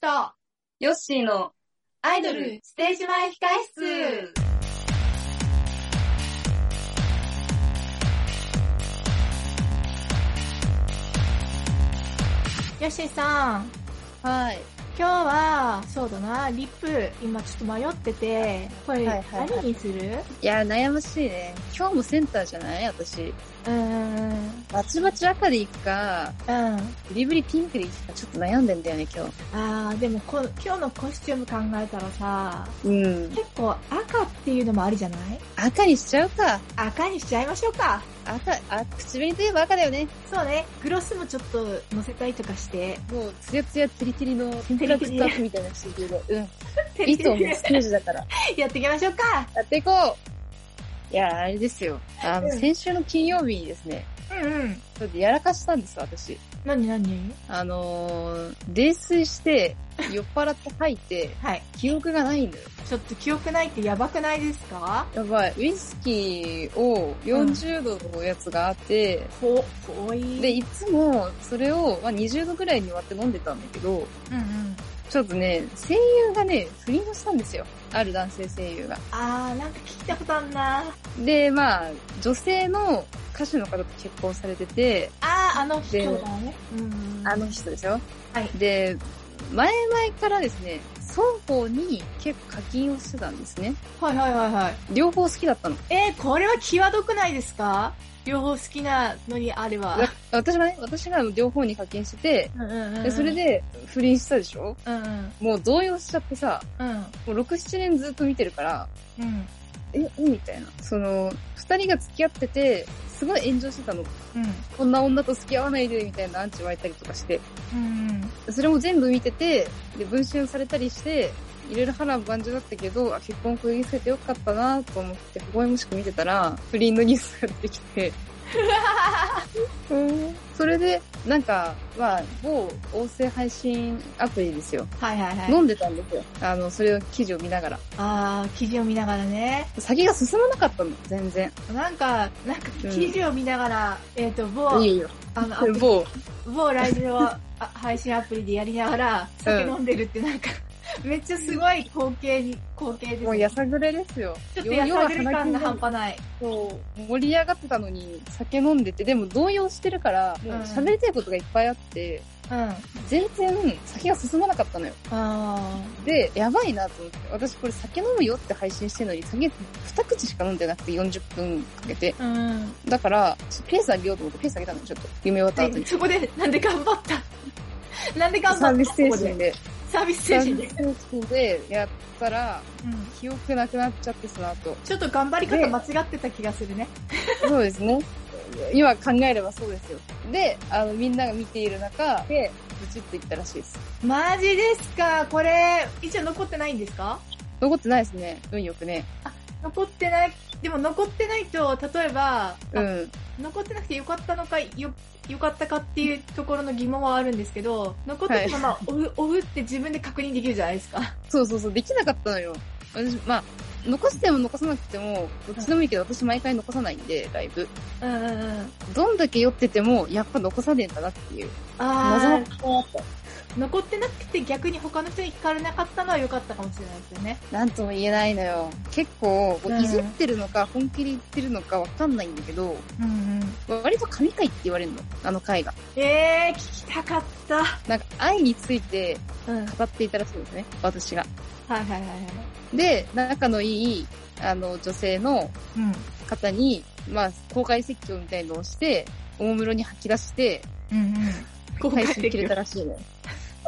と、ヨッシーのアイドルステージ前控室。よしさん、はい。今日は、そうだな、リップ、今ちょっと迷ってて、これ、はいはいはい何にするいや、悩ましいね。今日もセンターじゃない私。うーん、うん。バチバチ赤でいくか、あブリブリピンクでいくか、ちょっと悩んでんだよね、今あーでもこ、今日のコスチューム考えたらさ、日。うん。結構赤っていうのもありじゃない赤にしちゃうか。赤にしちゃいましょうか。赤、あ、唇といえば赤だよね。そうね、グロスもちょっと乗せたりとかして、もう、ツヤツヤテリテリの、テンプラクスタッフみたいなしてるけど、うん。いいと思う、ステージだから。 やっていきましょうか。やっていこういや、あれですよ。あの、うん先週の金曜日にですね、うんうん。ちょっとやらかしたんです、私。何何あのー、泥酔して、酔っ払って吐いて、はい。記憶がないんだよ。ちょっと記憶ないってやばくないですかやばい。ウイスキーを40度のやつがあって、ほ、ほい。で、いつもそれを、まあ、20度ぐらいに割って飲んでたんだけうど、んうん。ちょっとね、声優がね、不倫をしたんですよ。ある男性声優が。あー、なんか聞いたことあんな。で、まあ、女性の歌手の方と結婚されてて、あー、あの人でだね。うんあの人でしょはいで、前々からですね、双方に結構課金をしてたんですね。はいはいはいはい。両方好きだったの。えー、これは際どくないですか両方好きなのにあれば。わ私がね、私が両方に課金してて、うんうんうんでそれ、で不倫したでしょうんうん。もう動揺しちゃってさ、うん。もう6、7年ずっと見てるから、うん。え、うんみたいな。その、二人が付き合ってて、すごい炎上してたの。うん。こんな女と付き合わないで、みたいなアンチ湧いたりとかして。うん。それも全部見てて、で、文春されたりして、いろいろ波乱万丈だったけど、あ、結婚食いつけてよかったなと思って、微笑ましく見てたら、不倫のニュースが出てき て、うんそれで、なんか、まあ、某音声配信アプリですよ。はいはいはい。飲んでたんですよ。あの、それを記事を見ながら。あー、記事を見ながらね。先が進まなかったの、全然。なんか、なんかうん記事を見ながら、えっ、と、某、いいよ。あの、アプリ某、某ライブをあ配信アプリでやりながら、酒飲んでるってなんか、めっちゃすごい光景に、光景です、ね。もうやさぐれですよ。ちょっとやさぐれ感が半端ない。そう、盛り上がってたのに酒飲んでて、でも動揺してるから、もう喋りたいことがいっぱいあって、うん。あ全然先が進まなかったのよ。あで、やばいなと思って、私これ酒飲むよって配信してるのに、酒二口しか飲んでなくて40分かけて。ー。うん。だから、ペース上げようと思ってペース上げたのよ、ちょっと。夢終わった後でに。そこ で、なんで頑張ったなんで頑張ったサービス精ここ神でで。サービスサ精ー神ビでス。精神でやったら、うん。記憶なくなっちゃって、その 後。ちょっと頑張り方間違ってた気がするね。そうですね。今考えればそうですよ。で、あの、みんなが見ている中、で、ブチッといったらしいです。マジですかこれ、一応残ってないんですか残ってないですね。運よくね。残ってない。でも残ってないと、例えば、うあん。残ってなくてよかったのか、よ、よかったかっていうところの疑問はあるんですけど、残ってたまま追う、 追うって自分で確認できるじゃないですか。そうそうそう。できなかったのよ。私、まあ、残しても残さなくても、どっちでもいいけど、私毎回残さないんで、ライブ。うんうんうん。どんだけ酔ってても、やっぱ残さねえんだなっていう。謎あのこだっあ、残ってなくて逆に他の人に聞かれなかったのは良かったかもしれないですよね。た。なんとも言えないのよ。結構、うんいじってるのか、本気で言ってるのかわかんないんだけど、うんうん。割と神回って言われるの。あの回が。ええー、聞きたかった。なんか、愛についてうん。はい語っていたらしいですね。私が。はいはいはい。で、仲のいい、あの、女性のうん。方に、まあ、公開説教みたいのをして、おもむろに吐き出して、うんうん。公開配信でき切れるた。らしいのよ。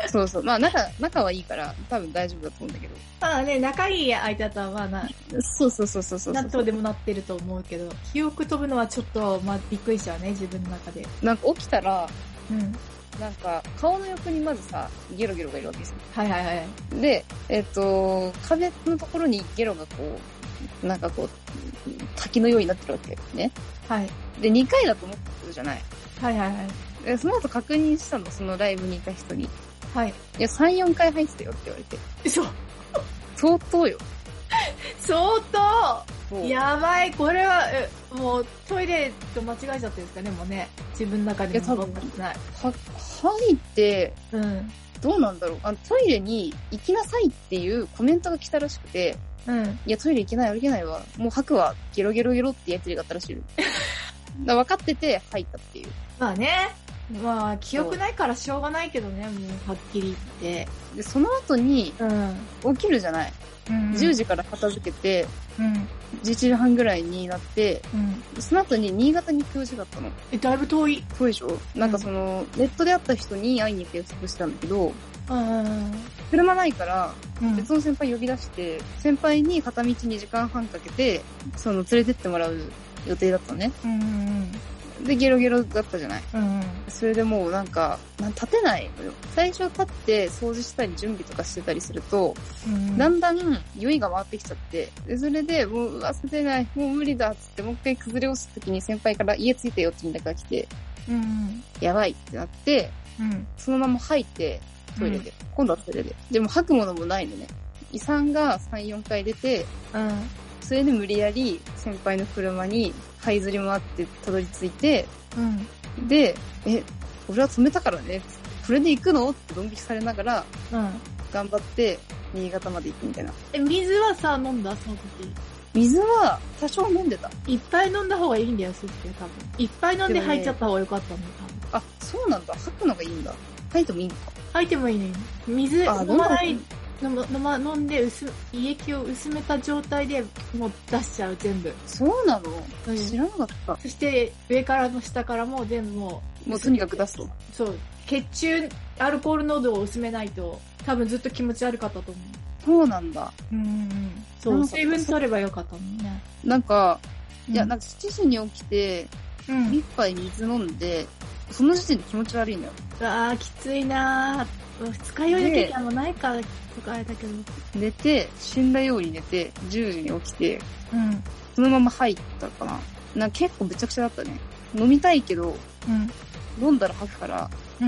そうそう。まあ、仲、仲はいいから、多分大丈夫だと思うんだけまあね、仲いい相手だったらまあな、ど。そうそうそうそうそうなんとでもなってると思うけど、記憶飛ぶのはちょっと、まあびっくりしちゃうね、自分の中で。なんか起きたら、うん。なんか、顔の横にまずさ、ゲロゲロがいるわけですよ。はいはいはい。で、えっ、と、壁のところにゲロがこう、なんかこう、滝のようになってるわけね。はい。で、2回だと思ってるじゃない。はいはいはい。でその後確認したの、そのライブにいた人に。はい。いや、3、4回入ってたよって言われて。嘘相当よ。相当そうやばい、これは、えもうトイレと間違えちゃってるんですかね、もうね。自分の中でいや多も分分かってない。は、入って、うん。どうなんだろうあの、トイレに行きなさいっていうコメントが来たらしくて、うん。いや、トイレ行けない、歩けないわ。もう吐くわ。ゲロゲロゲロってやりとりがあった らしいの。だ分かってて、吐いたっていう。まあね。まあ、記憶ないからしょうがないけどね、もう、はっきり言って。で、その後に、うん。起きるじゃない。うん10時から片付けて、うん。 11時半ぐらいになって、うん。その後に新潟に行く用事があったの。え、だいぶ遠い。そうでしょなんかその、ネットで会った人に会いに行く約束したんだけど、うん。車ないから、うん別の先輩呼び出して、先輩に片道2時間半かけて、その連れてってもらう予定だったのね。うん。で、ゲロゲロだったじゃない。うん。それでもうなんか、なん立てないのよ。最初立って掃除したり準備とかしてたりすると、うん。だんだん酔いが回ってきちゃって、でそれでもう、うわ、立てない、もう無理だっつって、もう一回崩れ落ちた時に先輩から家着いたよって連絡が来て、うん。やばいってなって、うん。そのまま吐いて、トイレで。今度はトイレで。でも吐くものもないのね。胃酸が3、4回出て、うん。それで無理やり先輩の車に這いずり回ってたどり着いて、うん。で、え、俺は止めたからね、それで行くのってドン引きされながら、うん。頑張って新潟まで行くみたいな。え、水はさ、飲んだその時。水は多少飲んでた。いっぱい飲んだ方がいいんだよ、すって多分。いっぱい飲んで吐いちゃった方が良かったんだよ、多分。あ、そうなんだ。吐くのがいいんだ。吐いてもいいのか。吐いてもいいのよ。水飲あ、まない飲ん飲だむ飲ま飲んで薄胃液を薄めた状態でもう出しちゃう全部そうなの、うん知らなかった。そして上からも下からも全部ももうとにかく出すと。うそう血中アルコール濃度を薄めないと多分ずっと気持ち悪かったと思そうなんだ。ううんそなんうか水分取ればよかったもんねなんか、いいや、なんか7時に起きて、うん一杯水飲んで、その時点で気持ち悪いのよ。うわーきついなー二日酔いの経験もないからとかあれだけど寝て、死んだように寝て、10時に起きて、うんそのまま入ったかな。なんか結構べちゃくちゃだったね。飲みたいけど、うん飲んだら吐くから、う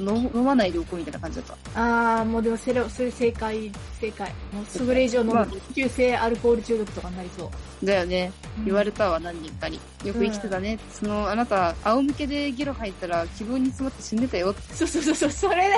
んの飲まないでおこうみたいな感じだった。ああ、もうでもそれ、それ正解、正解。もうそれ以上飲むまあと急性アルコール中毒とかになりそう。だよね。言われて。たわ、何人かに。よく生きてたね。その、あなた、仰向けでゲロ吐いたら、希望に詰まって死んでたよ。そうそうそうそう、それだ、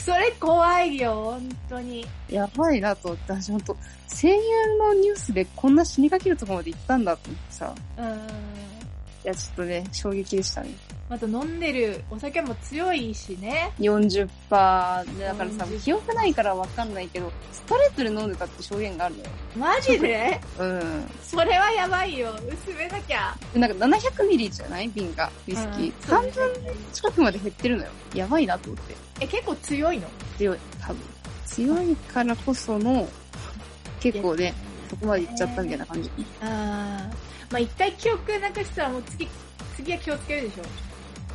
それ怖いよ、本当に。やばいなと思って、私ほんと、声優のニュースでこんな死にかけるところまで行ったんだと思ってさ。うーん。いや、ちょっとね、衝撃でしたね。あと飲んでるお酒も強いしね。 40%で、だからさ、 40%記憶ないからわかんないけど、ストレートで飲んでたって証言があるのよ。マジ でうん。それはやばいよ。薄めなきゃ。なんか700ミリじゃない瓶が、ウイスキー。うん半分近くまで減ってるのよ。やばいなと思って。え、結構強いの強い、多分。強いからこその、結構ね、そこまで行っちゃったみたいな感じ。あー。まあ、一回記憶なくしたらもう次、次は気をつけるでし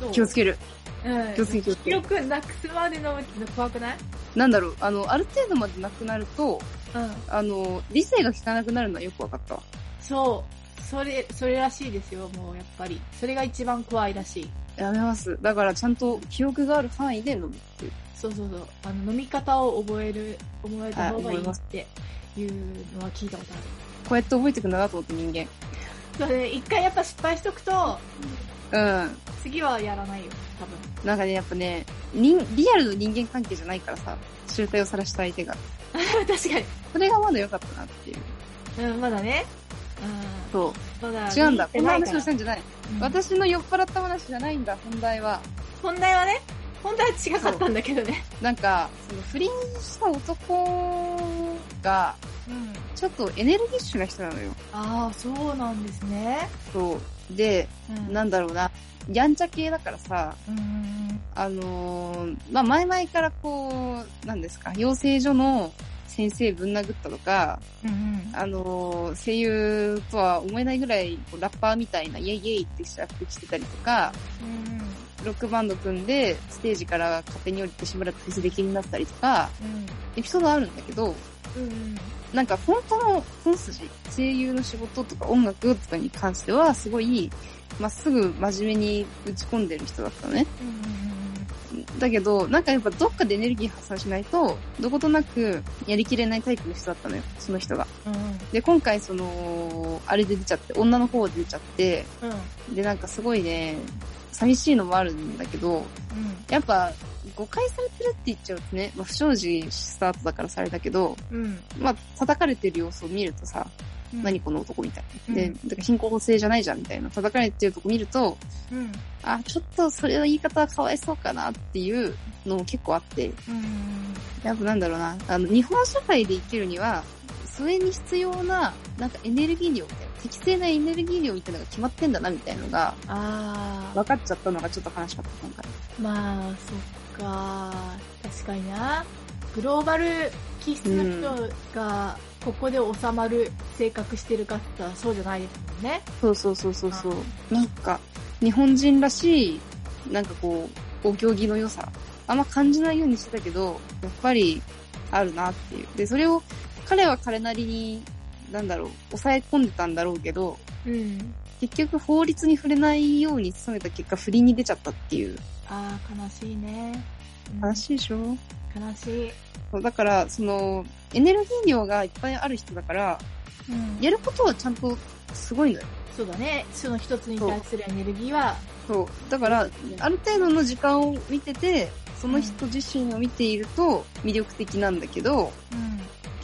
ょ。どう気をつける。うん気をつける、気をつけ記る。憶なくすまで飲むって怖くないなんだろう、あの、ある程度までなくなると、うん。あの、理性が効かなくなるのはよくわかったわ。そう。それ、それらしいですよ、もうやっぱり。それが一番怖いらしい。やめます。だからちゃんと記憶がある範囲で飲むっていう。そうそうそう。あの、飲み方を覚える、覚えた方がいはいい覚えまっすていうのは聞いたことあこうやって覚えていくんだなと思って人る。それ、一回やっぱ失敗しとくと、間。うん。次はやらないよ、多分。 なんかね、やっぱね、人リアルの人間関係じゃないからさ、集体を晒した相手が。確かそれがまだ良かったなっていう。に。うん、まだね。うん。そまだ、う。違うんだ。見てこんなないか話をらしたんじゃない。うん私の酔っ払った話じゃないんだ、本題は。本題はね、本題は違かったんだけどね。なんか、その不倫した男が、うん。ちょっとエネルギッシュな人なのよ。ああ、そうなんですね。そう。で、うん。なんだろうな。やんちゃ系だからさ、うんうんあのーまあ、前々からこう、なんですか、養成所の先生ぶん殴ったとか、うん。うんあのー声優とは思えないぐらい、こうラッパーみたいな、イエイイエイってした服着てたりとか、うん。ロックバンド組んで、ステージから勝手に降りてしばらくフェスできになったりとか、うん。エピソードあるんだけど、うん。うん。なんか本当の本筋、声優の仕事とか音楽とかに関しては、すごい、まっすぐ真面目に打ち込んでる人だったのね。うんうん。だけど、なんかやっぱどっかでエネルギー発散しないと、どことなくやりきれないタイプの人だったのよ、その人が。うんうん。で、今回その、あれで出ちゃって、女の方で出ちゃって、うん。で、なんかすごいね、寂しいのもあるんだけど、やっぱ誤解されてるって言っちゃうとね、まあ、不祥事スタートだからされたけど、うん。まあ、叩かれてる様子を見るとさ、うん何この男みたいな。うで、んだから貧困性じゃないじゃんみたいな。叩かれてるとこ見ると、うん。あ、ちょっとそれの言い方はかわいそうかなっていうのも結構あって、うん。やっぱなんだろうな、あの、日本社会で生きるには、それに必要な、なんかエネルギー量みたいな、適正なエネルギー量みたいなのが決まってんだなみたいなのが、あ分かっちゃったのがちょっと悲しかった、今回。あ、まあ、そっか。確かにな。グローバル気質の人が、ここで収まる性格してるかって言ったらそうじゃないですもんね。そうそうそうそうそう。なんか、日本人らしい、なんかこう、お行儀の良さ、あんま感じないようにしてたけど、やっぱり、あるなっていう。で、それを、彼は彼なりに、なんだろう、抑え込んでたんだろうけど、うん。結局法律に触れないように努めた結果、不倫に出ちゃったっていう。ああ、悲しいね。うん悲しいでしょ悲しい。そうだから、その、エネルギー量がいっぱいある人だから、うんやることはちゃんとすごいのよ。そうだね。その一つに対するエネルギーは、そう。だから、ある程度の時間を見てて、その人自身を見ていると魅力的なんだけど、う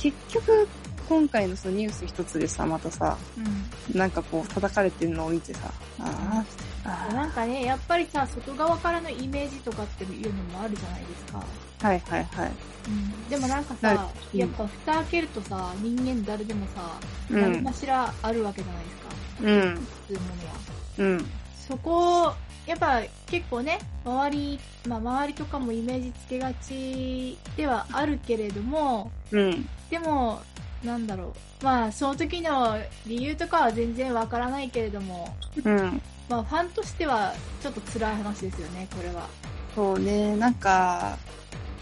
結局、今回のそのニュース一つでさ、またさ、ん。うん。なんかこう叩かれてるのを見てさ、あーあなんかね、やっぱりさ、外側からのイメージとかっていうのもあるじゃないですか。ー、はいはいはい。うん、でもなんかさは、いやっぱ蓋開けるとさ、人間誰でもさ、う何んか。しらあるわけじゃないですか、うん。普通のものは。うん。そこを、やっぱ結構ね、周り、まあ周りとかもイメージつけがちではあるけれども、うん。でも、なんだろう。まあ、その時の理由とかは全然わからないけれども、うん。まあ、ファンとしては、ちょっと辛い話ですよね、これは。そうね、なんか、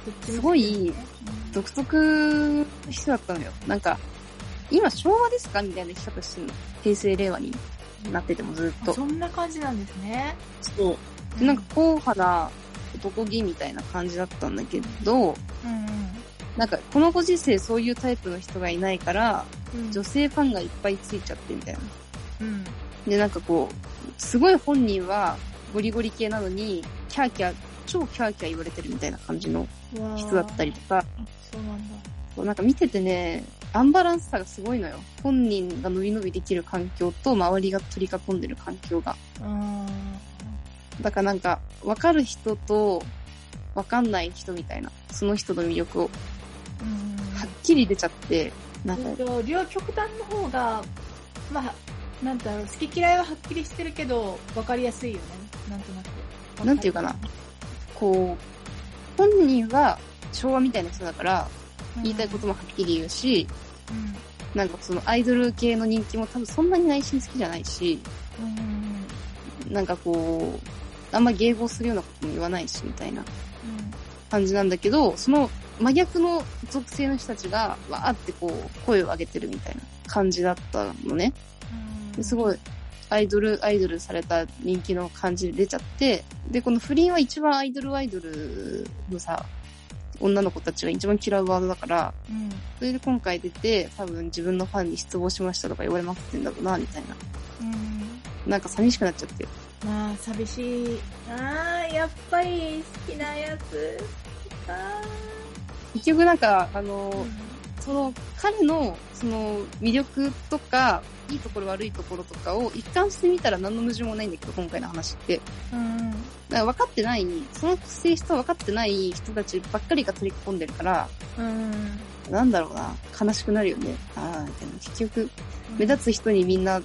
どっちもすごい独特の人だったのよ。なんか、今昭和ですかみたいな生き方してんの。平成令和になっててもずっあと。そんな感じなんですね。そう。でなんか、硬派な男気みたいな感じだったんだけど、うんなんかこのご時世そういうタイプの人がいないから、うん。女性ファンがいっぱいついちゃってみたいな。うん。で、なんかこう、すごい本人はゴリゴリ系なのに、キャーキャー、超キャーキャー言われてるみたいな感じの人だったりとか、わー。そうなんだ。そうなんか見ててね、アンバランスさがすごいのよ。本人が伸び伸びできる環境と、周りが取り囲んでる環境が。うーん。だからなんか、わかる人と、わかんない人みたいな、その人の魅力をうん。はっきり出ちゃって、なんえっか、と、両極端の方が、まあ、なんだろう、好き嫌いははっきりしてるけど、わかりやすいよね。なんとなく。。なんていうかなこう、本人は昭和みたいな人だから、言いたいことともはっきり言うし、うん。なんかそのアイドル系の人気も多分そんなに内心好きじゃないし、うん。なんかこう、あんま迎合するようなことも言わないし、みたいなうん。感じなんだけど、その真逆の属性の人たちが、わーってこう、声を上げてるみたいな感じだったのね。すい。ごい、アイドル、アイドルされた人気の感じで出ちゃって、で、この不倫は一番アイドルアイドルのさ、女の子たちが一番嫌うワードだから、うん。それで今回出て、多分自分のファンに失望しましたとか言われまくってんだろうな、みたいな。うん。なんか寂しくなっちゃって。まあ、寂しい。ああ、やっぱり好きなやつ。あ結局なんか、あーの、その、彼の、その、魅力とか、いいところ悪いところとかを一貫してみたら何の矛盾もないんだけど、今回の話って。うん。だから分かってない、その性質は分かってない人たちばっかりが取り込んでるから、うん。なんだろうな、悲しくなるよね。ああ、みたいな。結局、目立つ人にみんな、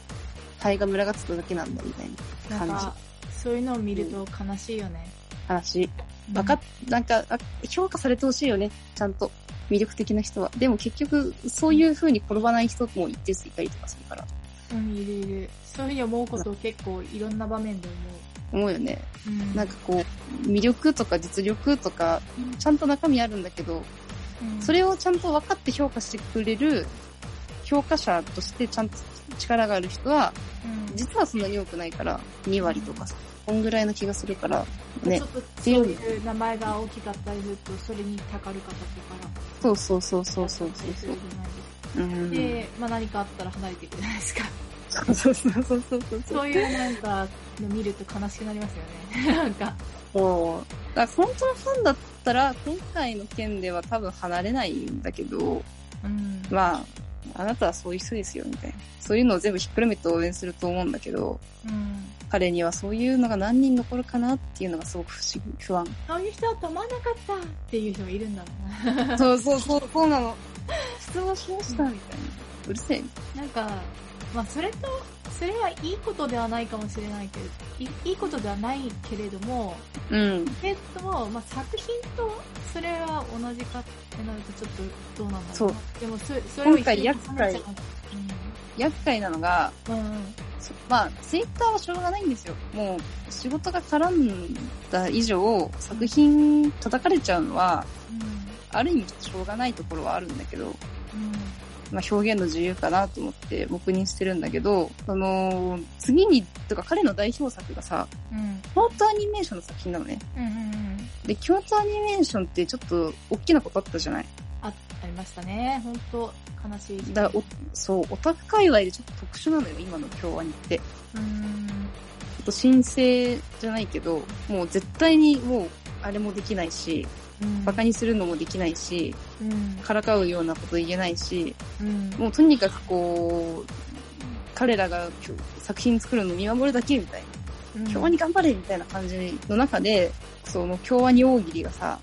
肺が群がってただけなんだ、みたいなつなん感か、そういうのを見ると悲しいよね。話。わかっ、なんか、あ評価されてほしいよね、ちゃんと。魅力的な人は。でも結局、そういう風に転ばない人も一定数いたりとかするから、うん、いるいる。そういうふうに思うことを結構いろんな場面で思思うよね。う。うん。なんかこう、魅力とか実力とか、ちゃんと中身あるんだけど、うん、それをちゃんと分かって評価してくれる、評価者としてちゃんと力がある人は、うん、実はそんなに多くないから、2割とかさ、こんぐらいの気がするから、ねちょ。っとそういう名前が大きかったりすると、それにたかる方とかが、そうそうそうそうそうそうすそるう。じゃないですか。うん。で、まあ何かあったら離れていくじゃないですか。そうそうそうそうそう。 そういうなんかの見ると悲しくなりますよね。なんか。そう。だから本当のファンだったら、今回の件では多分離れないんだけど、うん。まあ、あなたはそういう人ですよ、みたいな。そういうのを全部ひっくるめて応援すると思うんだけど、うん。彼にはそういうのが何人残るかなっていうのがすごく不思議、不安。そういう人だと思わなかったっていう人がいるんだろうな。そうそうそう、そうなの。質問しました、みたいな。うるせえ。なんか、まあ、それと、それはいいことではないかもしれないけど、いいいことではないけれども、うん。えっとも、まあ、作品とそれは同じかってなるとちょっとどうなんだろうな。そう。でもそ、それを一緒に今回話しちゃ厄介なのが、ううん。うん。そまあ、ツイッターはしょうがないんですよ。もう、仕事が絡んだ以上、作品叩かれちゃうのは、ある意味ちょっとしょうがないところはあるんだけど、うん。まあ、表現の自由かなと思って黙認してるんだけど、その、次に、とか彼の代表作がさ、うん。京都アニメーションの作品なのね。うん。うん。うん。で、京都アニメーションってちょっと大きなことあったじゃないあ、ありましたね。本当悲しい。だおそう、オタク界隈でちょっと特殊なのよ、今の京アニって。ちうん。ょっと申請じゃないけど、もう絶対にもう、あれもできないし、うん。馬鹿にするのもできないし、うん。からかうようなこと言えないし、うん。もうとにかくこう、彼らがきょ作品作るの見守るだけみたいな。うん京アニ頑張れみたいな感じの中で、その京アニ大喜利がさ、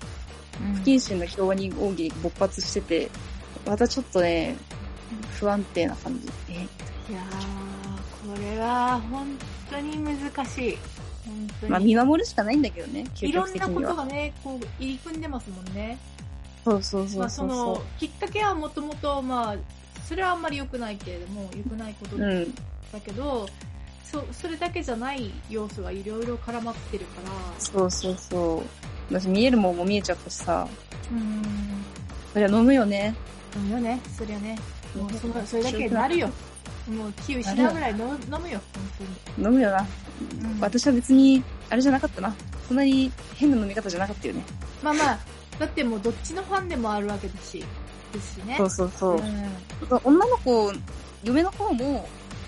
うん不謹慎な京アニ大喜利が勃発してて、またちょっとね、不安定な感じ。えいやー、これは本当に難しい。本当に。まあ見守るしかないんだけどね、い究ろ極ん的なこにとは。がね、こう、入り組んでますもんね。そうそうまそあ、うそそうのそ、きっかけはもともと、まあ、それはあんまり良くないけれども、良くないことう。うだん。けど、そ、それだけじゃない要素がいろいろ絡まってるから、そうそうそう。私見えるもんも見えちゃったしさ、うん。そりゃ飲むよね。飲むよね、そりゃね。もうその、それだけなるよ。もう気を失うぐらい飲む飲むよ、本飲むよな。当に。うん私は別に、あれじゃなかったな。そんなに変な飲み方じゃなかったよね。まあまあ、だってもうどっちのファンでもあるわけだし、ですしね。そうそうそうう。ん。女の子、嫁の方も、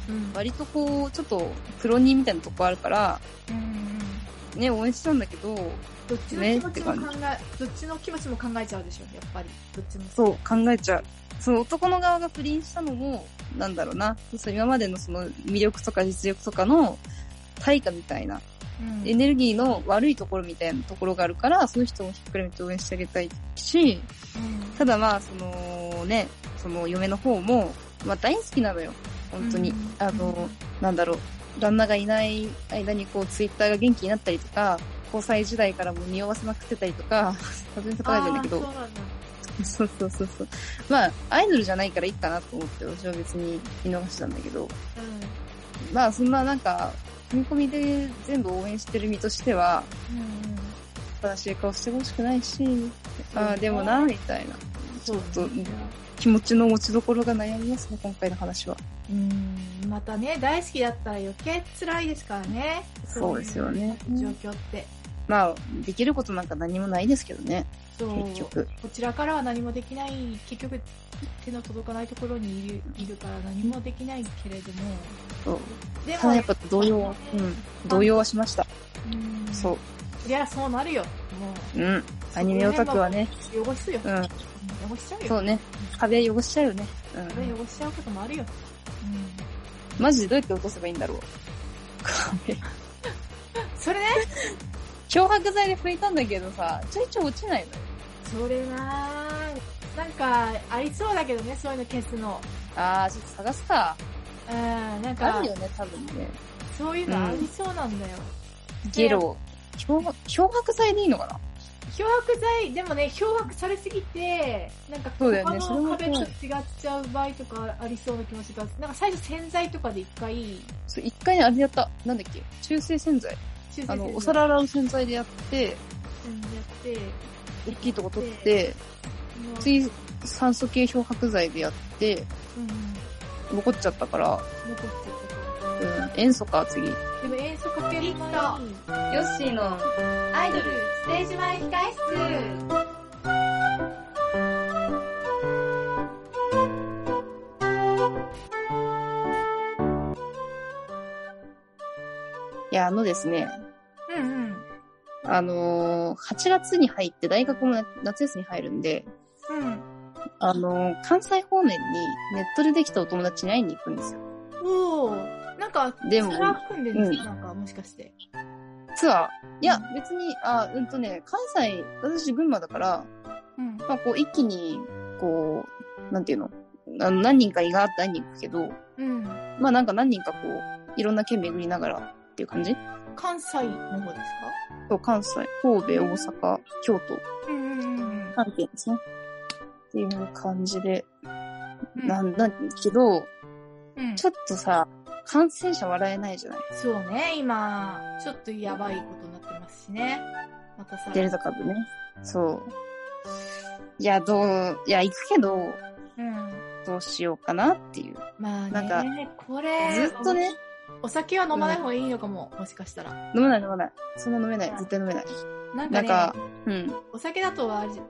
うん。割とこう、ちょっと、プロ人みたいなとこあるから、うんうんね、応援してたんだけど、どっちの気持ちも考え、どっちの気持ちも考えちゃうでしょ、やっぱり。どっちも。そう、考えちゃう。その男の側が不倫したのも、なんだろうな。そう今までのその魅力とか実力とかの対価みたいな、うん。エネルギーの悪いところみたいなところがあるから、その人もひっくるめて応援してあげたいし、うんただまあ、そのね、その嫁の方も、まあ大好きなのよ。本当に。うんあの、なんだろう、旦那がいない間にこう、ツイッターが元気になったりとか、交際時代からもう匂わせまくってたりとか、 多分叩かれてるんだけあーど、そうなんだそうそうそうそう。まあ、アイドルじゃないからいいかなと思って、私は別に見逃したんだけど、まあ、そんななんか、踏み込みで全部応援してる身としては、うん。うん。正しい顔してほしくないし、ああ、でもな、みたいなそうねちょっと気持ちの持ちどころが悩みますね、今回の話は。うん。またね、大好きだったら余計辛いですからね。そうですよね。状況って。まあ、できることなんか何もないですけどね、そう。結局。こちらからは何もできない、結局、手の届かないところにいるいるから何もできないけれども。そう。でたも、だやっぱ動揺は、うん、動揺はしました。うんそう。。いや、そうなるよ。もうん。アニメオタクはね、う、汚すよ。うん、汚しちゃうよ。そうね、壁汚しちゃうよね。うこれん。汚しちゃうこともあるよ。マジでどうやって落とせばいいんだろう。 壁。それね。漂白剤で拭いたんだけどさ、ちょいちょい落ちないのよ。それなぁなんか、ありそうだけどね、そういうの消すの。あー、ちょっと探すか。うん、なんあかる、よね、多分ね。そういうのありそうなんだよ。ゲロ。漂白漂白剤でいいのかな漂白剤、でもね、漂白されすぎて、なんか、そうだよね他それのも壁と違っちゃう場合とかありそうな気もします。なんか最初洗剤とかで一回、そう、一回ね、あれやった。なんだっけ中性洗剤。修正あの、洗剤お皿洗う洗剤でやって、うんやって、大きいとこ取って、もう次、酸素系漂白剤でやって、うん、残残っちゃったから、っちゃったから。うん、塩素か、次。でも演奏かける前にヨッシーの、アイドルステージ前控室いや、あのですね、うんうん。あのー、8月に入って大学も夏休み入るんで、うん。あのー、関西方面にネットでできたお友達に会いに行くんですよ。おお。なんか、でもサラ組んでるんですうかなんか、もしかして。ツアーいや、別に、あ、うんとね、関西、私群馬だから、うん。まあこう一気に、こう、なんていうのあの何人かいがあって会いに行くけど、うん。まあなんか何人かこう、いろんな県巡りながらっていう感じ関西の方ですそう関西、神戸、大阪、京都、かうんうんうん関係ですね。っていう感じで、うん。なんだけど、うん。ちょっとさ、感染者笑えないじゃないそうね、今、ちょっとやばいことになってますしね。またさ、デルタ株ね。そう。いや、どう、いや、行くけど、うん。どうしようかなっていう。まあね、なんかこれ、ずっとね、お酒は飲まない方がいいのかも、もしかしたら。飲めない飲めない。そんな飲めない。絶対飲めない。なんかなんね、か、うん。お酒だとあれじゃ、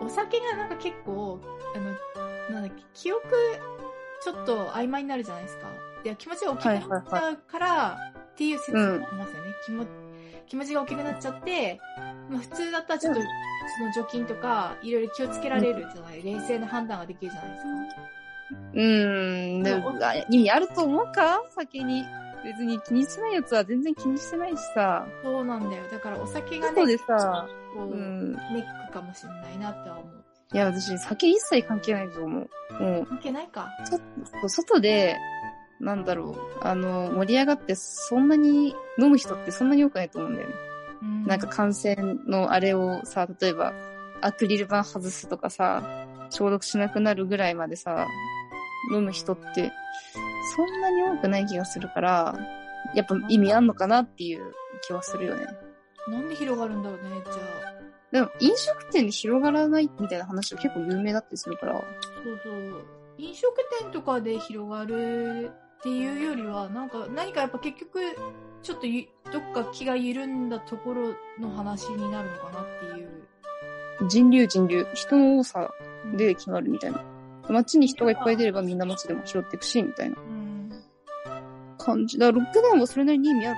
お酒がなんか結構、あの、なんだっけ、記憶、ちょっと曖昧になるじゃないですか。いや、気持ちが大きくなっちゃうから、っていう説もありますよね。気も気持ちが大きくなっちゃって、まあ普通だったらちょっと、うんその除菌とか、いろいろ気をつけられるじゃない、冷静な判断ができるじゃないですか。うーん、でも、あ意味あると思うか先に。別に気にしてないやつは全然気にしてないしさ。そうなんだよ。だからお酒が過ね、去でさ、こうう、ネん。ックかもしれないなとは思う。いや、私、酒一切関係ないと思う。もう関係ないか。ちょっと、外で、なんだろう、あの、盛り上がって、そんなに、飲む人ってそんなに多くないと思うんだよね。うんなんか感染のあれをさ、例えば、アクリル板外すとかさ、消毒しなくなるぐらいまでさ、飲む人って、そんなに多くない気がするから、やっぱ意味あんのかなっていう気はするよね。なんで広がるんだろうね、じゃあ。でも、飲食店で広がらないみたいな話は結構有名だったりするから、そうそう。飲食店とかで広がるっていうよりは、なんか、何かやっぱ結局、ちょっとゆどっか気が緩んだところの話になるのかなっていう。人流人流、人の多さうん、で決まるみたいな。街に人がいっぱい出ればみんな街でも拾っていくし、みたいなうん。感じ。だからロックダウンはそれなりに意味ある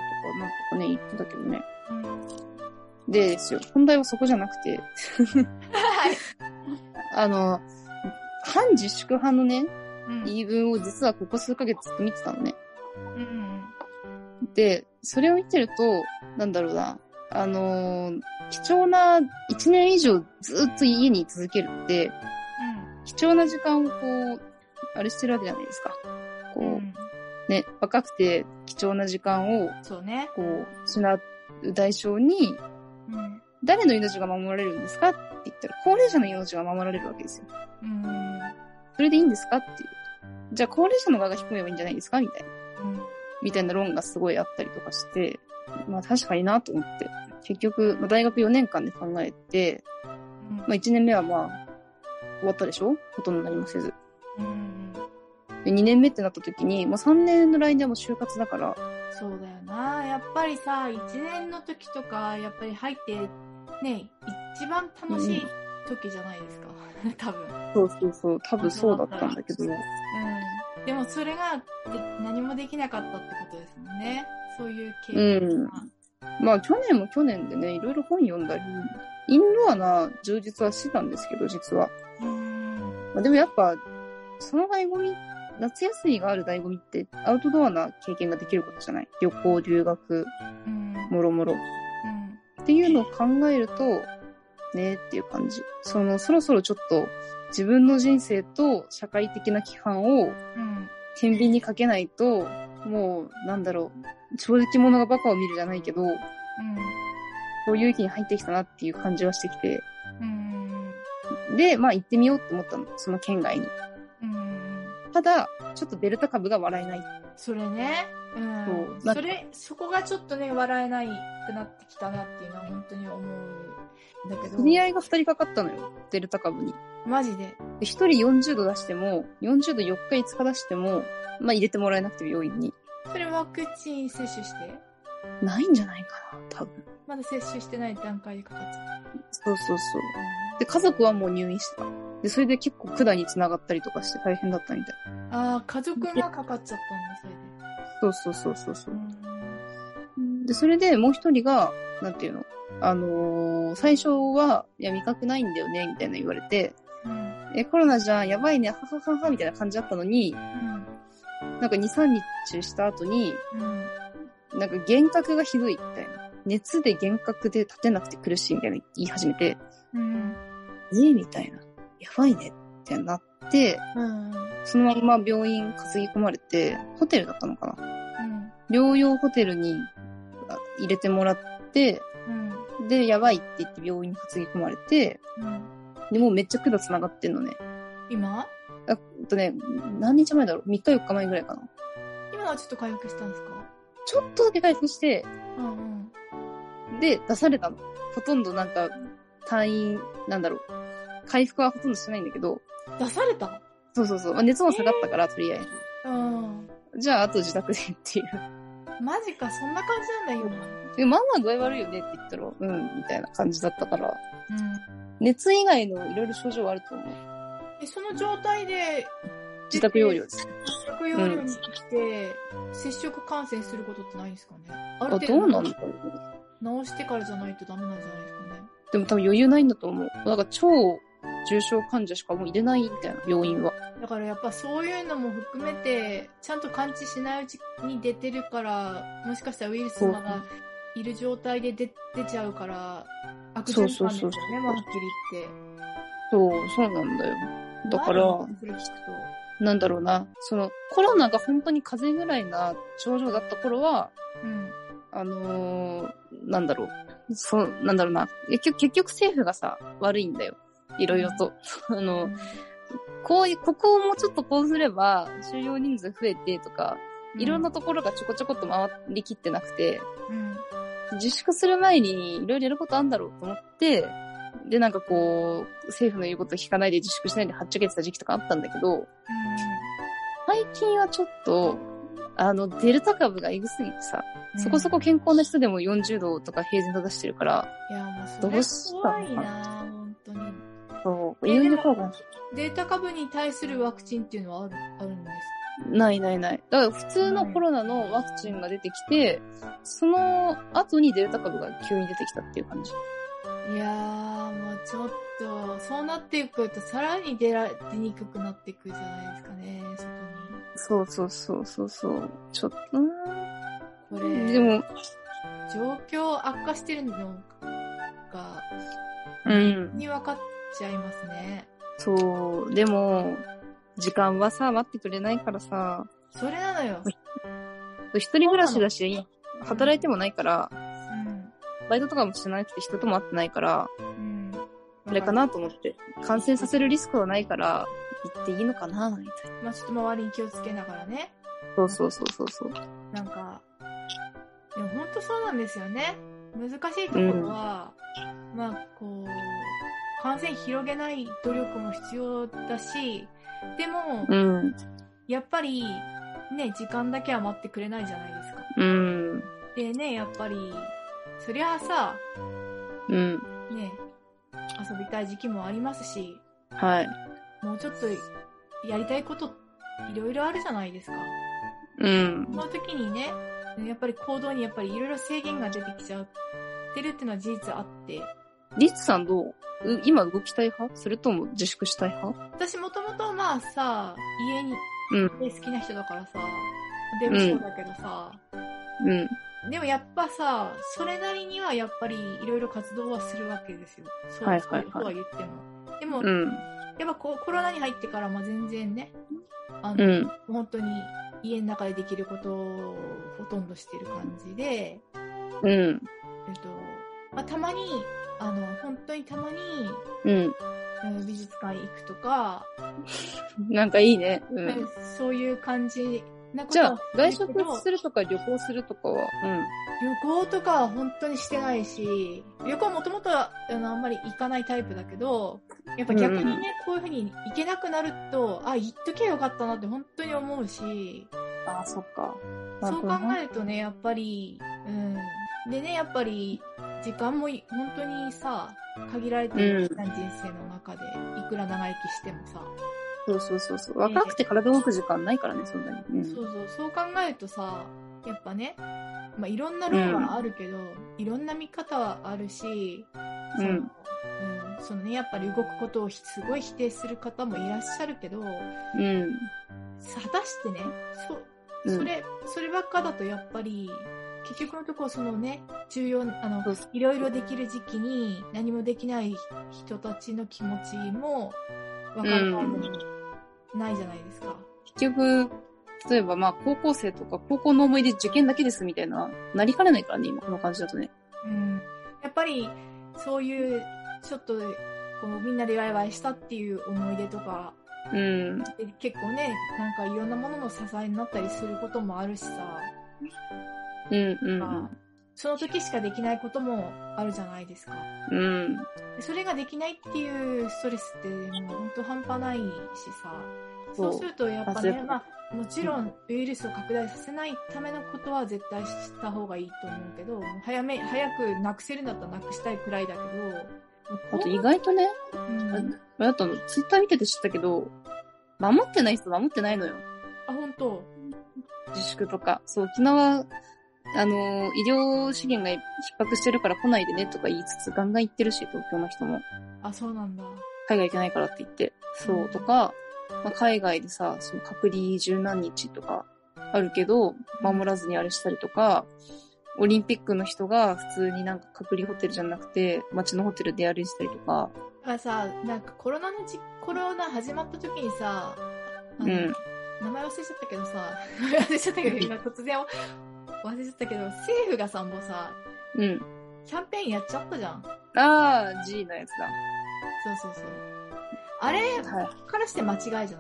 とか、なんとかね、言ってたけどね。うん。でですよ、本題はそこじゃなくて、はい。 あの、反自粛派のね、うん。言い分を実はここ数ヶ月見てたのね。うん。で、それを見てると、なんだろうな、あのー貴重な1年以上ずっと家に居続けるって、貴重な時間をこう、あれしてるわけじゃないですか。うこう、ん。うん。ね、若くて貴重な時間を、そうね。こう、失う代償に、うん。誰の命が守られるんですかって言ったら、高齢者の命が守られるわけですよ。うん。それでいいんですかっていう。じゃあ高齢者の側が低めばいいんじゃないですかみたいな。うん。みたいな論がすごいあったりとかして、まあ確かになと思って。結局、まあ大学4年間で考えて、うんまあ1年目はまあ、終わったでしょほとんど何もせず。うん。で、2年目ってなった時に、もう3年のラインではもう就活だから、そうだよな。やっぱりさ、一年の時とか、やっぱり入って、ね、一番楽しい時じゃないですか。多分。うそうそうそう、多分そうだったんだけど、ん。でもそれがで何もできなかったってことですもんね。そういう経う験んが。まあ去年も去年でね、いろいろ本読んだり、インドアな充実はしてたんですけど、実は。うん。まあ、でもやっぱ、その醍醐味、夏休みがある醍醐味って、アウトドアな経験ができることじゃない旅行、留学、うん。もろもろ。うん。っていうのを考えると、ねーっていう感じ。その、そろそろちょっと、自分の人生と社会的な規範を、うん。天秤にかけないと、もう、なんだろう、正直者がバカを見るじゃないけど、そういう域に入ってきたなっていう感じはしてきて、うん。で、まあ行ってみようって思ったの、その県外に。うん。うん。ただ、ちょっとデルタ株が笑えない。それね。うん。そうそれ、そこがちょっとね、笑えないくなってきたなっていうのは本当に思うんだけど。組合が二人かかったのよ、デルタ株に。マジで。で一人40度出しても、40度4日5日出しても、まあ入れてもらえなくて病院に。それワクチン接種してないんじゃないかな、多分。まだ接種してない段階でかかっちゃっそうそうそう。た。で、家族はもう入院してた。で、それで結構管に繋がったりとかして大変だったみたい。ああ、家族がかかっちゃったんだ、そうそうそうそうそそれで。う。で、それでもう一人が、なんていうの、あのー最初は、いや、味覚ないんだよね、みたいな言われて、うん。え、コロナじゃん、やばいね、はははは、みたいな感じだったのに、なんか2、3日した後に、うん。なんか幻覚がひどい、みたいな。熱で幻覚で立てなくて苦しい、みたいな言い始めて、うん。えみたいな。やばいね、ってなって、うん。そのまんま病院担ぎ込まれて、ホテルだったのかなうん。療養ホテルにあ入れてもらって、うん。で、やばいって言って病院に担ぎ込まれて、うん。で、もうめっちゃ管繋がってんのね。今あえっとね、何日前だろう ?3 日4日前ぐらいかな。今はちょっと回復したんですかちょっとだけ回復して、うんうん。で、出されたの。ほとんどなんか、退院、なんだろう。回復はほとんどしてないんだけど、出されたそうそうそう。まあ、熱も下がったから、とりあえうん。ず。じゃあ、あと自宅でっていう。 マジか、そんな感じなんだ、今。で、まあまあ具合悪いよねって言ったら、うん、みたいな感じだったから。うん。熱以外のいろいろ症状はあると思う。え、その状態で、自宅療養です。自宅用に来て、接触感染することってないんですかねああ、るどうなん程だろう。度治してからじゃないとダメなんじゃないですかね。でも多分余裕ないんだと思う。なんか超重症患者しかもう入れないみたいな、病院は。だからやっぱそういうのも含めて、ちゃんと感知しないうちに出てるから、もしかしたらウイルスまだいる状態で出出ちゃうから、悪循環ですよね、そうそうそうそうまあはっきり言っそう、そうなんだよ。て。だから前のそれ聞くなんだろうな。その、コロナが本当に風邪ぐらいな症状だった頃は、と。うん。あのーなんだろう。そう、なんだろうな。結局、結局政府がさ、悪いんだよ。いろいろと。 あの、こういう、ここをもうちょっとこうすれば、収容人数増えてとか、いろんなところがちょこちょこっと回りきってなくて、うん。自粛する前にいろいろやることあんだろうと思って、で、なんかこう、政府の言うこと聞かないで自粛しないではっちゃけてた時期とかあったんだけど、最近はちょっと、あの、デルタ株がエグすぎてさ、うん。そこそこ健康な人でも40度とか平然と出してるから、いや、もうどうそしれた怖のいな本当に。そう、え有で料も抗がデータ株に対するワクチンっていうのはある、あるんですないないない。だから普通のコロナのワクチンが出てきて、その後にデルタ株が急に出てきたっていう感じ。かいやー、もうちょっと、そうなっていくと、さらに出ら、出にくくなっていくじゃないですかね、そうそうそうそうそう。ちょっとな外に。これ、でも、状況悪化してるのが、うん。に分かっちゃいますね。そう、でも、時間はさ、待ってくれないからさ、それなのよ。一人暮らしだし、働いてもないから、うん。バイトとかもしてなくて人とも会ってないから、うん。あれかなと思って、感染させるリスクはないから、行っていいのかな、みたいな。まあちょっと周りに気をつけながらね。そうそうそうそうそう。なんか、でも本当そうなんですよね。難しいところは、まあこう、感染広げない努力も必要だし、でも、うん、やっぱり、ね、時間だけは待ってくれないじゃないですか。うん、でね、やっぱり、そりゃあさ、うん。ね、遊びたい時期もありますし、はい。もうちょっとやりたいこと、いろいろあるじゃないですか。うんそ、の時にね、やっぱり行動にやっぱりいろいろ制限が出てきちゃってるっていうのは事実あって、リツさんどうう今動きたい派それとも自粛したい派私もともとまあさ、家に、うんで好きな人だからさ、出もそうだけどさ、うん。でもやっぱさ、それなりにはやっぱりいろいろ活動はするわけですよ。そう、はいはいはいそうは言っても。でも、うやん。っぱこうコロナに入ってからまあ全然ね、あうの、ん。本当に家の中でできることをほとんどしてる感じで、うん。えっと、まあ、たまに、あの、本当にたまに、うん。うん美術館行くとか、なんかいいね。う。うんそういう感じなことじゃあは、外してるけど食するとか旅行するとかは、旅行とかは本当にしてないし、旅行もともとあのあんまり行かないタイプだけど、やっぱ逆にね、うんこういうふうに行けなくなると、あ、行っときゃよかったなって本当に思うし、うん。ああ、そっか。そう考えるとね、やっぱり、うん。でね、やっぱり、時間もい本当にさ、限られてる人生の中で、いくら長生きしてもさ、そうそうそうそう。若くて体動く時間ないからね、そんなに。うんそうそう、そう考えるとさ、やっぱね、まあ、いろんな論はあるけど、いろんな見方はあるし、その、ううんん、そのね、やっぱり動くことをひすごい否定する方もいらっしゃるけど、うん。果たしてね、そ、うんそれ、そればっかだとやっぱり、結局のところそのね、重要な、あのそうそ、いろいろできる時期に何もできない人たちの気持ちも分かるないじゃないですか。結局、例えばまあ高校生とか高校の思い出受験だけですみたいな、なりかねないからね、今この感じだとね。うん。やっぱり、そういう、ちょっと、こう、みんなでワイワイしたっていう思い出とか、うん。で結構ね、なんかいろんなものの支えになったりすることもあるしさ、うんうまあんその時しかできないこともあるじゃないですか。うん。うん。それができないっていうストレスってもう本当半端ないしさそそううするとやっぱあそねうまあもちろんウイルスを拡大させないためのことは絶対した方がいいと思うけどもう早め早くなくせるんだったらなくしたいくらいだけどもあうとこう意外とね、うん、あとツイッター見てて知ったけど、守ってない人守ってないのよ。あ本当自粛とか。そう、沖縄、あのー医療資源が逼迫してるから来ないでねとか言いつつガンガン行ってるし、東京の人も。あそうなんだ海外行けないからって言って。そう、とか、まあ、海外でさ、その隔離十何日とかあるけど、守らずにあれしたりとか、オリンピックの人が普通になんか隔離ホテルじゃなくて、街のホテルで歩いてたりとか、だからさなんかコロナのじコロナ始まった時にさあのうん名前忘れちゃったけどさ 忘れちゃったけど今突然忘れちゃったけど政府がさもうさうん。キャンペーンやっちゃったじゃん。あー、G のやつだ。そうそうそう。あれはからして間違いじゃないまず。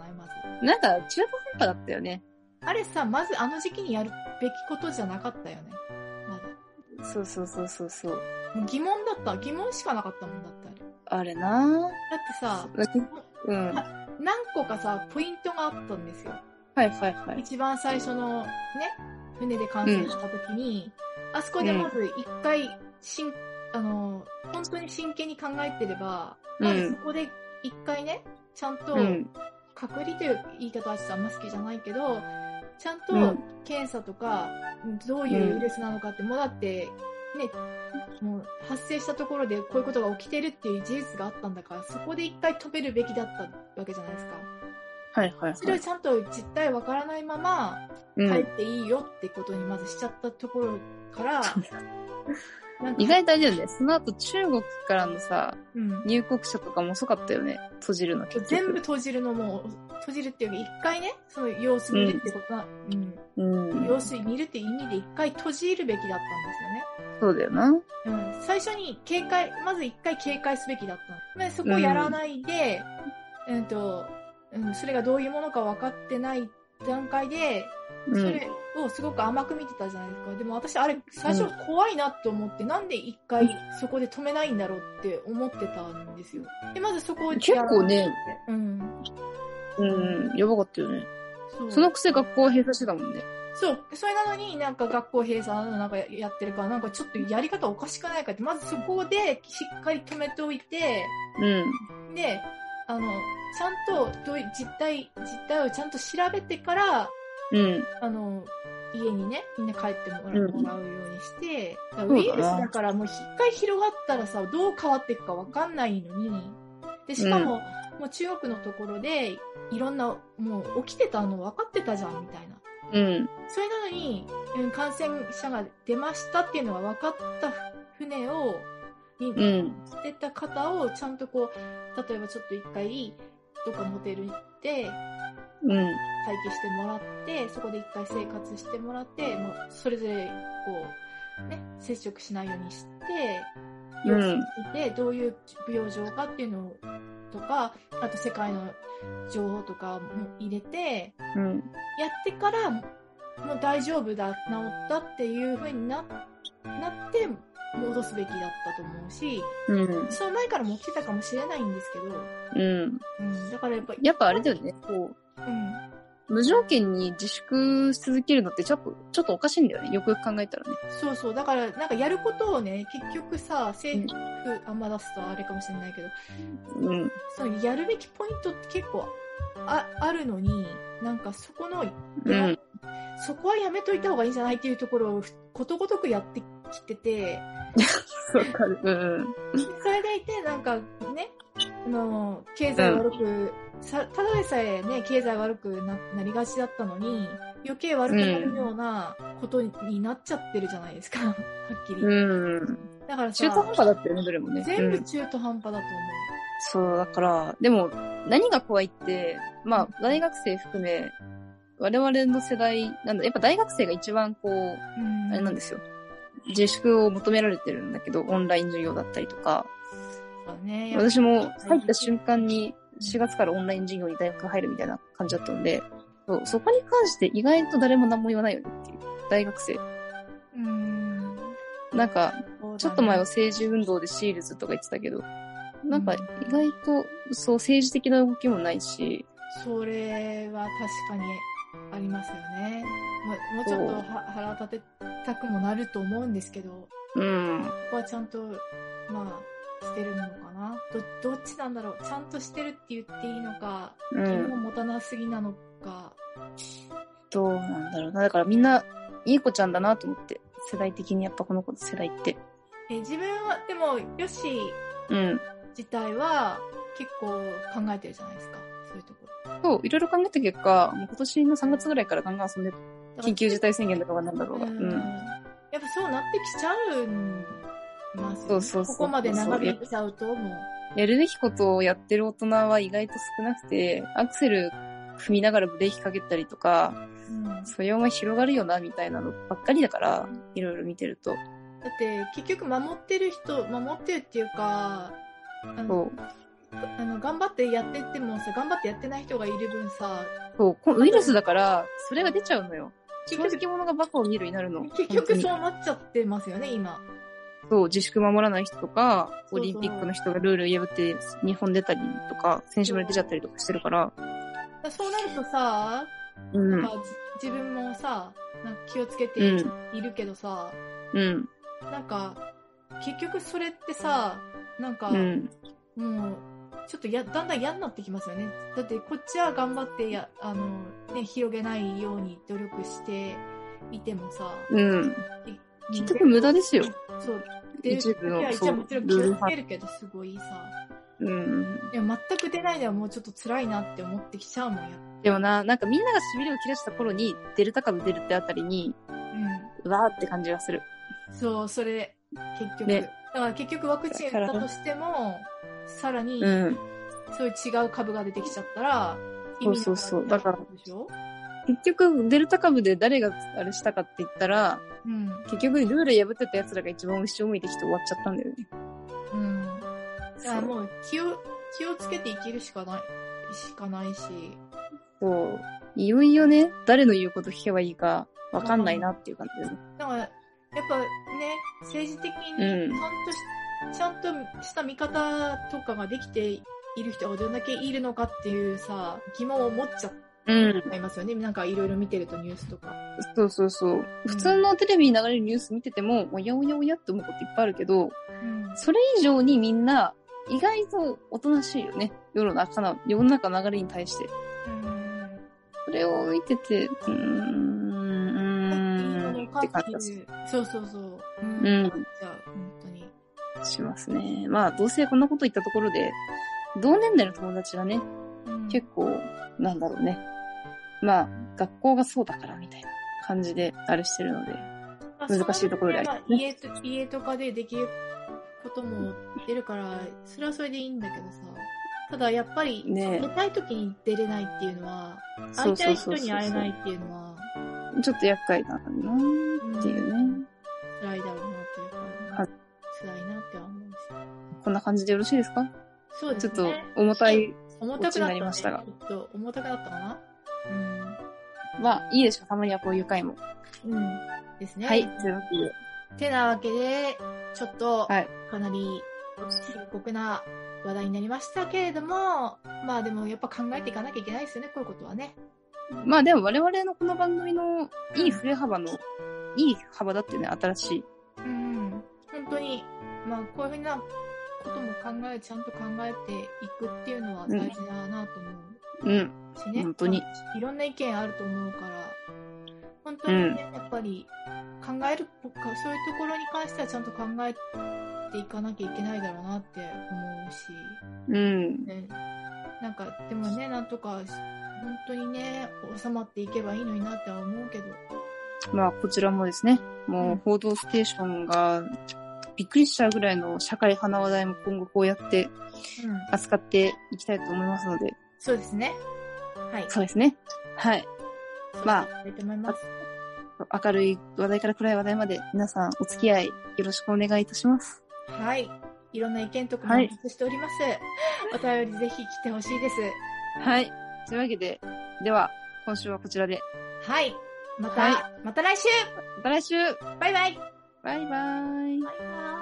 い。なんか、中途半端だったよね。あれさ、まずあの時期にやるべきことじゃなかったよね。まだ。そうそうそうそうそう。もう疑問だった。疑問しかなかったもんだってあれ。だあれなってさ、ぁ。うん。は何個かさ、ポイントがあったんですよ。いはいはい。一番最初のね、船で感染した時に、あそこでまず一回、しん、あの、本当に真剣に考えてれば、まうずんそこで一回ね、ちゃんと、うん。隔離という言い方はちょっとあんま好きじゃないけど、ちゃんうとん検査とか、どういうウイルスなのかって、もうだって、ね、もう発生したところでこういうことが起きてるっていう事実があったんだから、そこで一回止めるべきだったわけじゃないですか。はいはいそれはをい。ちゃんと実態わからないまま、う帰っん。ていいよってことにまずしちゃったところから、なんか意外とあれだよね。その後中国からのさ、うん入国者とかも遅かったよね。閉じるの結局。全部閉じるのも、閉じるっていうか、一回ね、その様子見るってことは、うん、うん様。子見るっていう意味で一回閉じるべきだったんそうだよな。ですよね。うん、最初に警戒、まず一回警戒すべきだったの。でそこをやらないで、うんとうん、それがどういうものか分かってない段階で、うそん。れをすごく甘く見てたじゃないですか。でも私あれ最初怖いなと思って、なんで一回そこで止めないんだろうって思ってたんですよ。で、まずそこを結構ねやらないって。うん。うん。やばかったよね。そうそのくせ学校は閉鎖してたもんね。そう、それなのになんか学校閉鎖なんかやってるから、なんかちょっとやり方おかしくないかって、まずそこでしっかり止めておいて、うん。で、あの、ちゃんとどういう実態、実態をちゃんと調べてから、うん。あの、家にね、みんな帰ってもら,、うんもらうようにして、だからそうだなウイルスだからもう一回広がったらさ、どう変わっていくかわかんないのに、で、しかも、もう中国のところで、いろんな、もう起きてたの分かってたじゃん、みたいな。うん。それなのに、うん感染者が出ましたっていうのが分かった船を、にう乗ん。ってた方をちゃんとこう、例えばちょっと一回、どっかモテル行って、うん。待機してもらって、そこで一回生活してもらって、もうそれぞれ、こう、ね、接触しないようにして、うん様子見て、どういう病状かっていうのとか、あと世界の情報とかも入れて、うん。やってから、もう大丈夫だ、治ったっていう風にななって、戻すべきだったと思うし、うん。その前からも来てたかもしれないんですけど、うん。うん、だからやっぱり、やっぱあれだよね。こうん、う、無条件に自粛し続けるのってちょっと、ちょっとおかしいんだよね。よくよく考えたらね。そうそう、だからなんかやることをね、結局さ、政府うあんま出すとあれかもしれないけど、うん。そのやるべきポイントって結構ああるのに、なんかそこの、うん。そこはやめといた方がいいんじゃないっていうところをことごとくやってきてて、わかる。うん。それでいて、なんかね、あの、経済悪く、さただでさえね、経済悪くななりがちだったのに、余計悪くなるようなことになっちゃってるじゃないですか、 はっきり。うん。だからさ、中途半端だったよね、どれもね。全う部ん中途半端だと思そう、だから、でも、何が怖いって、まあ、大学生含め、我々の世代、なんだ、やっぱ大学生が一番こう、う。うんあれなんですよ。自粛を求められてるんだけど、オンライン授業だったりとか、そうね、やっぱ私も入った瞬間に4月からオンライン授業に大学が入るみたいな感じだったので、そうそこに関して意外と誰も何も言わないよねっていう。大学生。うんなんか、そうだねちょっと前は政治運動でシールズとか言ってたけど、なんか意外とそう政治的な動きもないし、それは確かにありますよね。ももうちょっとは腹立てたくもなると思うんですけど、こうん。こはちゃんと、まあ、してるのかなど。どっちなんだろう。ちゃんとしてるって言っていいのか、う疑ん。問持たなすぎなのか。どうなんだろうな。だからみんな、いい子ちゃんだなと思って、世代的にやっぱこの子の世代って。え自分は、でも、ヨッシーうん。自体は結構考えてるじゃないですか。そういうところ。そう、いろいろ考えた結果、もう今年の3月ぐらいからガンガン遊んで、だから緊急事態宣言だとかなんだろうが。ううんん。やっぱそうなってきちゃうんますよねそうそうそうここまで長引いちゃうと、もう。やるべきことをやってる大人は意外と少なくて、アクセル踏みながらブレーキかけたりとか、うんそれお前広がるよな、みたいなのばっかりだから、いろいろ見てると。だって結局守ってる人守ってるっていうかあのそう。あの頑張ってやってってもさ頑張ってやってない人がいる分さそう、こウイルスだから、それが出ちゃうのよ。正直者がバカを見るになるの。結本当局にそうなっちゃってますよね今そう、自粛守らない人とか、そうそうオリンピックの人がルール破って日本出たりとか、選手村出ちゃったりとかしてるから。だからそうなるとさ、うんなん。かじ自分もさなんか気をつけてういるけどさ、うん。なんか結局それってさなんか、うん。もうちょっとやだんだん嫌になってきますよねだってこっちは頑張ってやあの、ね、広げないように努力していてもさ、うん。い結局無駄ですよ。そう。で、い一部の、や、一そ応う、もちろん気ルをールつ派け。るけど、すごいさ。うん。いや、全く出ないのはもうちょっと辛いなって思ってきちゃうもんや。でもな、なんかみんなが痺れを切らした頃に、デルタ株出るってあたりに、ううわーって感じがする。ん。そう、それ、結局。ねだから結局ワクチン打ったとしても、さらにう、ん。そういう違う株が出てきちゃったら、意味なくなっちゃそうそうそうだからでしょ結局、デルタ株で誰があれしたかって言ったら、うん。結局ルール破ってた奴らが一番後ろ向いてきて終わっちゃったんだよね。うん。だからそう。もう、気を、気をつけて生きるしかない、しかないし。そういよいよね、誰の言うこと聞けばいいか、わかんないなっていう感じだよね。だから、やっぱね、政治的にうんちゃんとし、ちゃんとした見方とかができている人がどんだけいるのかっていうさ、疑問を持っちゃうん。いますよね。なんかいろいろ見てるとニュースとか。そうそうそう。普通のテレビに流れるニュース見てても、おやおやおやって思うこといっぱいあるけど、それ以上にみんな、意外とおとなしいよね。世の中の、世の中の流れに対して。うん。それを見てて、うーん、ういいーん、もってのか感ってじがするいう。そうそうそう。うんうんじゃあ、本当に。しますね。まあ、どうせこんなこと言ったところで、同年代の友達がね、うん結構、なんだろうね。まあ、学校がそうだからみたいな感じで、あれしてるので。まあ難しいところでありますその辺は家と家とかでできることも出るから、それはそれでいいんだけどさ。ただやっぱり、ねえ出たい時に出れないっていうのは、そ会ういたそうい人そうにそう会えないっていうのは、ちょっと厄介だなっていうね。辛いだろうなっていうか、はい辛いなっては思うし。こんな感じでよろしいですかそうですちょっね。と重たい、重たくなった、ね、こっちになりましたがちょっと重たくなったかなまあ、いいでしょう。たまにはこういう回も。うん。うん。ですね。はい。というわけでてなわけで、ちょっと、はいかなり深刻な話題になりましたけれども、まあでもやっぱ考えていかなきゃいけないですよね、こういうことはね。まあでも我々のこの番組のいい振れ幅の、いい幅だってね、新しい。うん。本当に、まあこういうふうなことも考え、ちゃんと考えていくっていうのは大事だなと思う。うん。しね。本当に。いろんな意見あると思うから、本当にね、やっぱり考えるとか、そういうところに関してはちゃんと考えていかなきゃいけないだろうなって思うし、うん。ね、なんか、でもね、なんとかし、本当にね、収まっていけばいいのになっては思うけど、まあ、こちらもですね、もうんう、報道ステーションが、びっくりしちゃうぐらいの社会派な話題も今後こうやってうん、扱っていきたいと思いますので、そうですね。はい。そうですね。はい。まあそうしたいと思います。明るい話題から暗い話題まで皆さんお付き合いよろしくお願いいたします。はい。いろんな意見とかもお待ちしております。お便りぜひ来てほしいです。はい。というわけで、では今週はこちらで。はい。また、はまた来週また来週バイバイバイバイ。バイバイ